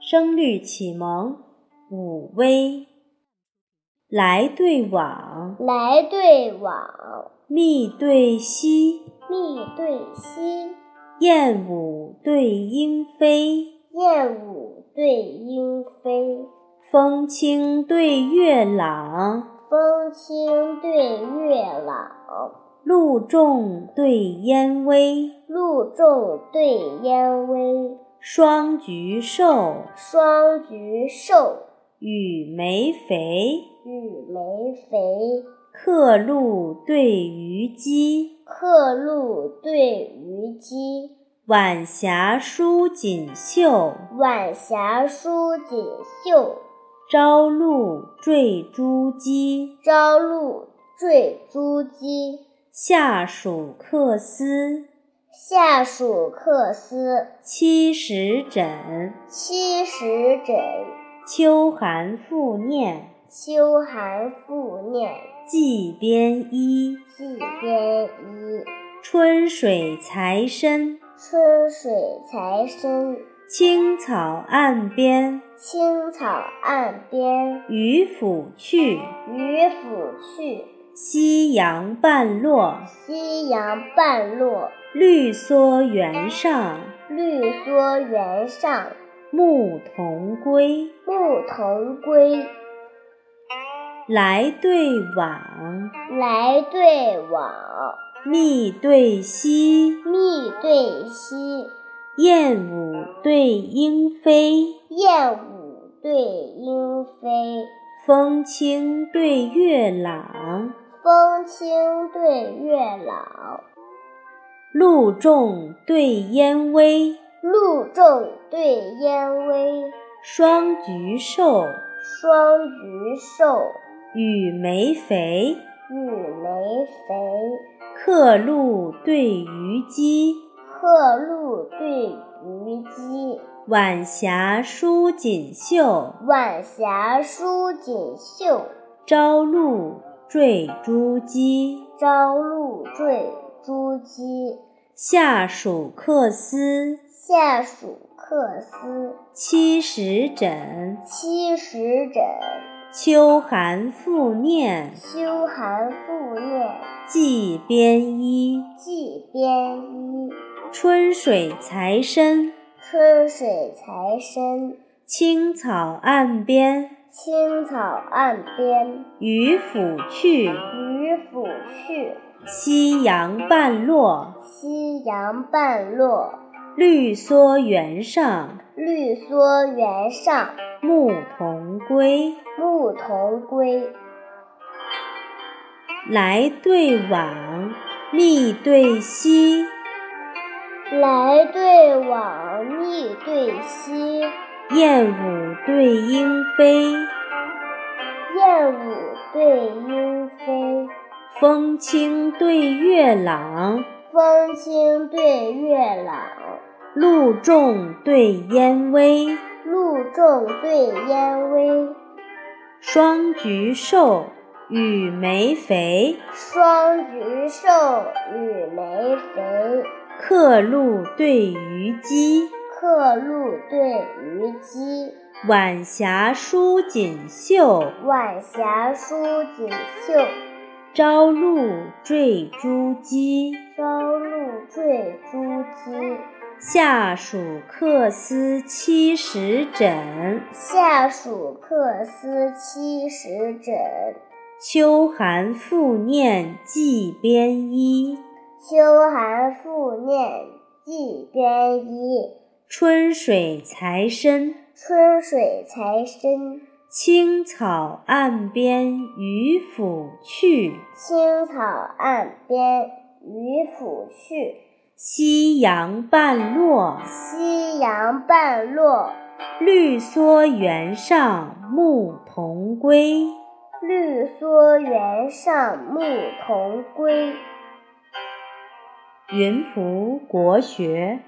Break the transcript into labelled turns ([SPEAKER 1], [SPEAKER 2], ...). [SPEAKER 1] 声律启蒙武威，来对往，
[SPEAKER 2] 来对往，
[SPEAKER 1] 密对稀，
[SPEAKER 2] 密对稀，
[SPEAKER 1] 燕舞对莺飞，
[SPEAKER 2] 燕舞对莺飞，
[SPEAKER 1] 风清对月朗，
[SPEAKER 2] 风清对月朗，
[SPEAKER 1] 露重对烟微，
[SPEAKER 2] 露重对烟微，
[SPEAKER 1] 双菊瘦，
[SPEAKER 2] 双菊瘦，
[SPEAKER 1] 雨梅肥，
[SPEAKER 2] 雨梅肥，
[SPEAKER 1] 客路对渔矶，
[SPEAKER 2] 客路对渔矶，
[SPEAKER 1] 晚霞舒锦绣，
[SPEAKER 2] 晚霞舒锦绣，
[SPEAKER 1] 朝露缀珠玑。
[SPEAKER 2] 朝露缀珠玑，
[SPEAKER 1] 夏暑客思，
[SPEAKER 2] 夏暑客思。
[SPEAKER 1] 七十枕，
[SPEAKER 2] 七十枕，
[SPEAKER 1] 秋寒复念，
[SPEAKER 2] 秋寒复念，
[SPEAKER 1] 季边衣。
[SPEAKER 2] 寄边衣。
[SPEAKER 1] 春水才深，
[SPEAKER 2] 春水才深，
[SPEAKER 1] 青草岸边，
[SPEAKER 2] 青草岸边。
[SPEAKER 1] 渔甫去，
[SPEAKER 2] 渔甫去，
[SPEAKER 1] 夕阳半落，
[SPEAKER 2] 夕阳半落。
[SPEAKER 1] 绿蓑原上，
[SPEAKER 2] 绿蓑原上，
[SPEAKER 1] 牧童归。
[SPEAKER 2] 牧童归。
[SPEAKER 1] 来对往，
[SPEAKER 2] 来对往，
[SPEAKER 1] 密对稀，
[SPEAKER 2] 密对稀，
[SPEAKER 1] 燕舞对莺飞，
[SPEAKER 2] 燕舞对莺飞，
[SPEAKER 1] 风清对月朗，
[SPEAKER 2] 风清对月朗，
[SPEAKER 1] 露重对烟微，
[SPEAKER 2] 露重对烟微。
[SPEAKER 1] 双菊瘦，
[SPEAKER 2] 双菊瘦，
[SPEAKER 1] 雨梅肥，
[SPEAKER 2] 雨梅肥。
[SPEAKER 1] 客路对渔矶，
[SPEAKER 2] 客路对渔矶，
[SPEAKER 1] 晚霞舒锦绣，
[SPEAKER 2] 晚霞舒锦绣。
[SPEAKER 1] 朝露缀珠玑。
[SPEAKER 2] 朝露缀珠玑，
[SPEAKER 1] 夏暑客思，
[SPEAKER 2] 夏暑客思。
[SPEAKER 1] 七十枕，
[SPEAKER 2] 七十枕，
[SPEAKER 1] 秋寒复念，
[SPEAKER 2] 秋寒复念。
[SPEAKER 1] 寄边衣。
[SPEAKER 2] 寄边衣，
[SPEAKER 1] 春水才深，
[SPEAKER 2] 春水才深。
[SPEAKER 1] 青草岸边，
[SPEAKER 2] 青草岸边，
[SPEAKER 1] 渔甫去，
[SPEAKER 2] 渔甫去。
[SPEAKER 1] 夕阳半落，
[SPEAKER 2] 夕阳半落，
[SPEAKER 1] 绿蓑原上，
[SPEAKER 2] 绿蓑原上，
[SPEAKER 1] 牧童归。
[SPEAKER 2] 牧童归。
[SPEAKER 1] 来对往，密对稀，
[SPEAKER 2] 来对往，密对稀，
[SPEAKER 1] 燕舞对莺飞，
[SPEAKER 2] 燕舞对莺飞，
[SPEAKER 1] 风清对月朗，
[SPEAKER 2] 风清对月朗，
[SPEAKER 1] 露重对烟微。
[SPEAKER 2] 露重对烟微，
[SPEAKER 1] 双菊瘦，雨梅肥，
[SPEAKER 2] 双菊瘦，雨梅肥，
[SPEAKER 1] 客路对渔矶。
[SPEAKER 2] 客路对渔矶，
[SPEAKER 1] 晚霞舒锦绣，
[SPEAKER 2] 晚霞舒锦绣，
[SPEAKER 1] 朝露缀珠玑。
[SPEAKER 2] 朝露缀珠玑。
[SPEAKER 1] 夏暑客思七十枕，
[SPEAKER 2] 夏暑客思七十枕，
[SPEAKER 1] 秋寒复念寄边衣。
[SPEAKER 2] 秋寒复念寄边衣。
[SPEAKER 1] 春水才深，
[SPEAKER 2] 春水才深，
[SPEAKER 1] 青草岸边渔甫去。
[SPEAKER 2] 青草岸边渔甫去。
[SPEAKER 1] 夕阳半落，
[SPEAKER 2] 夕阳半落，
[SPEAKER 1] 绿蓑原上牧童归。
[SPEAKER 2] 绿蓑原上牧童归。
[SPEAKER 1] 云浦国学。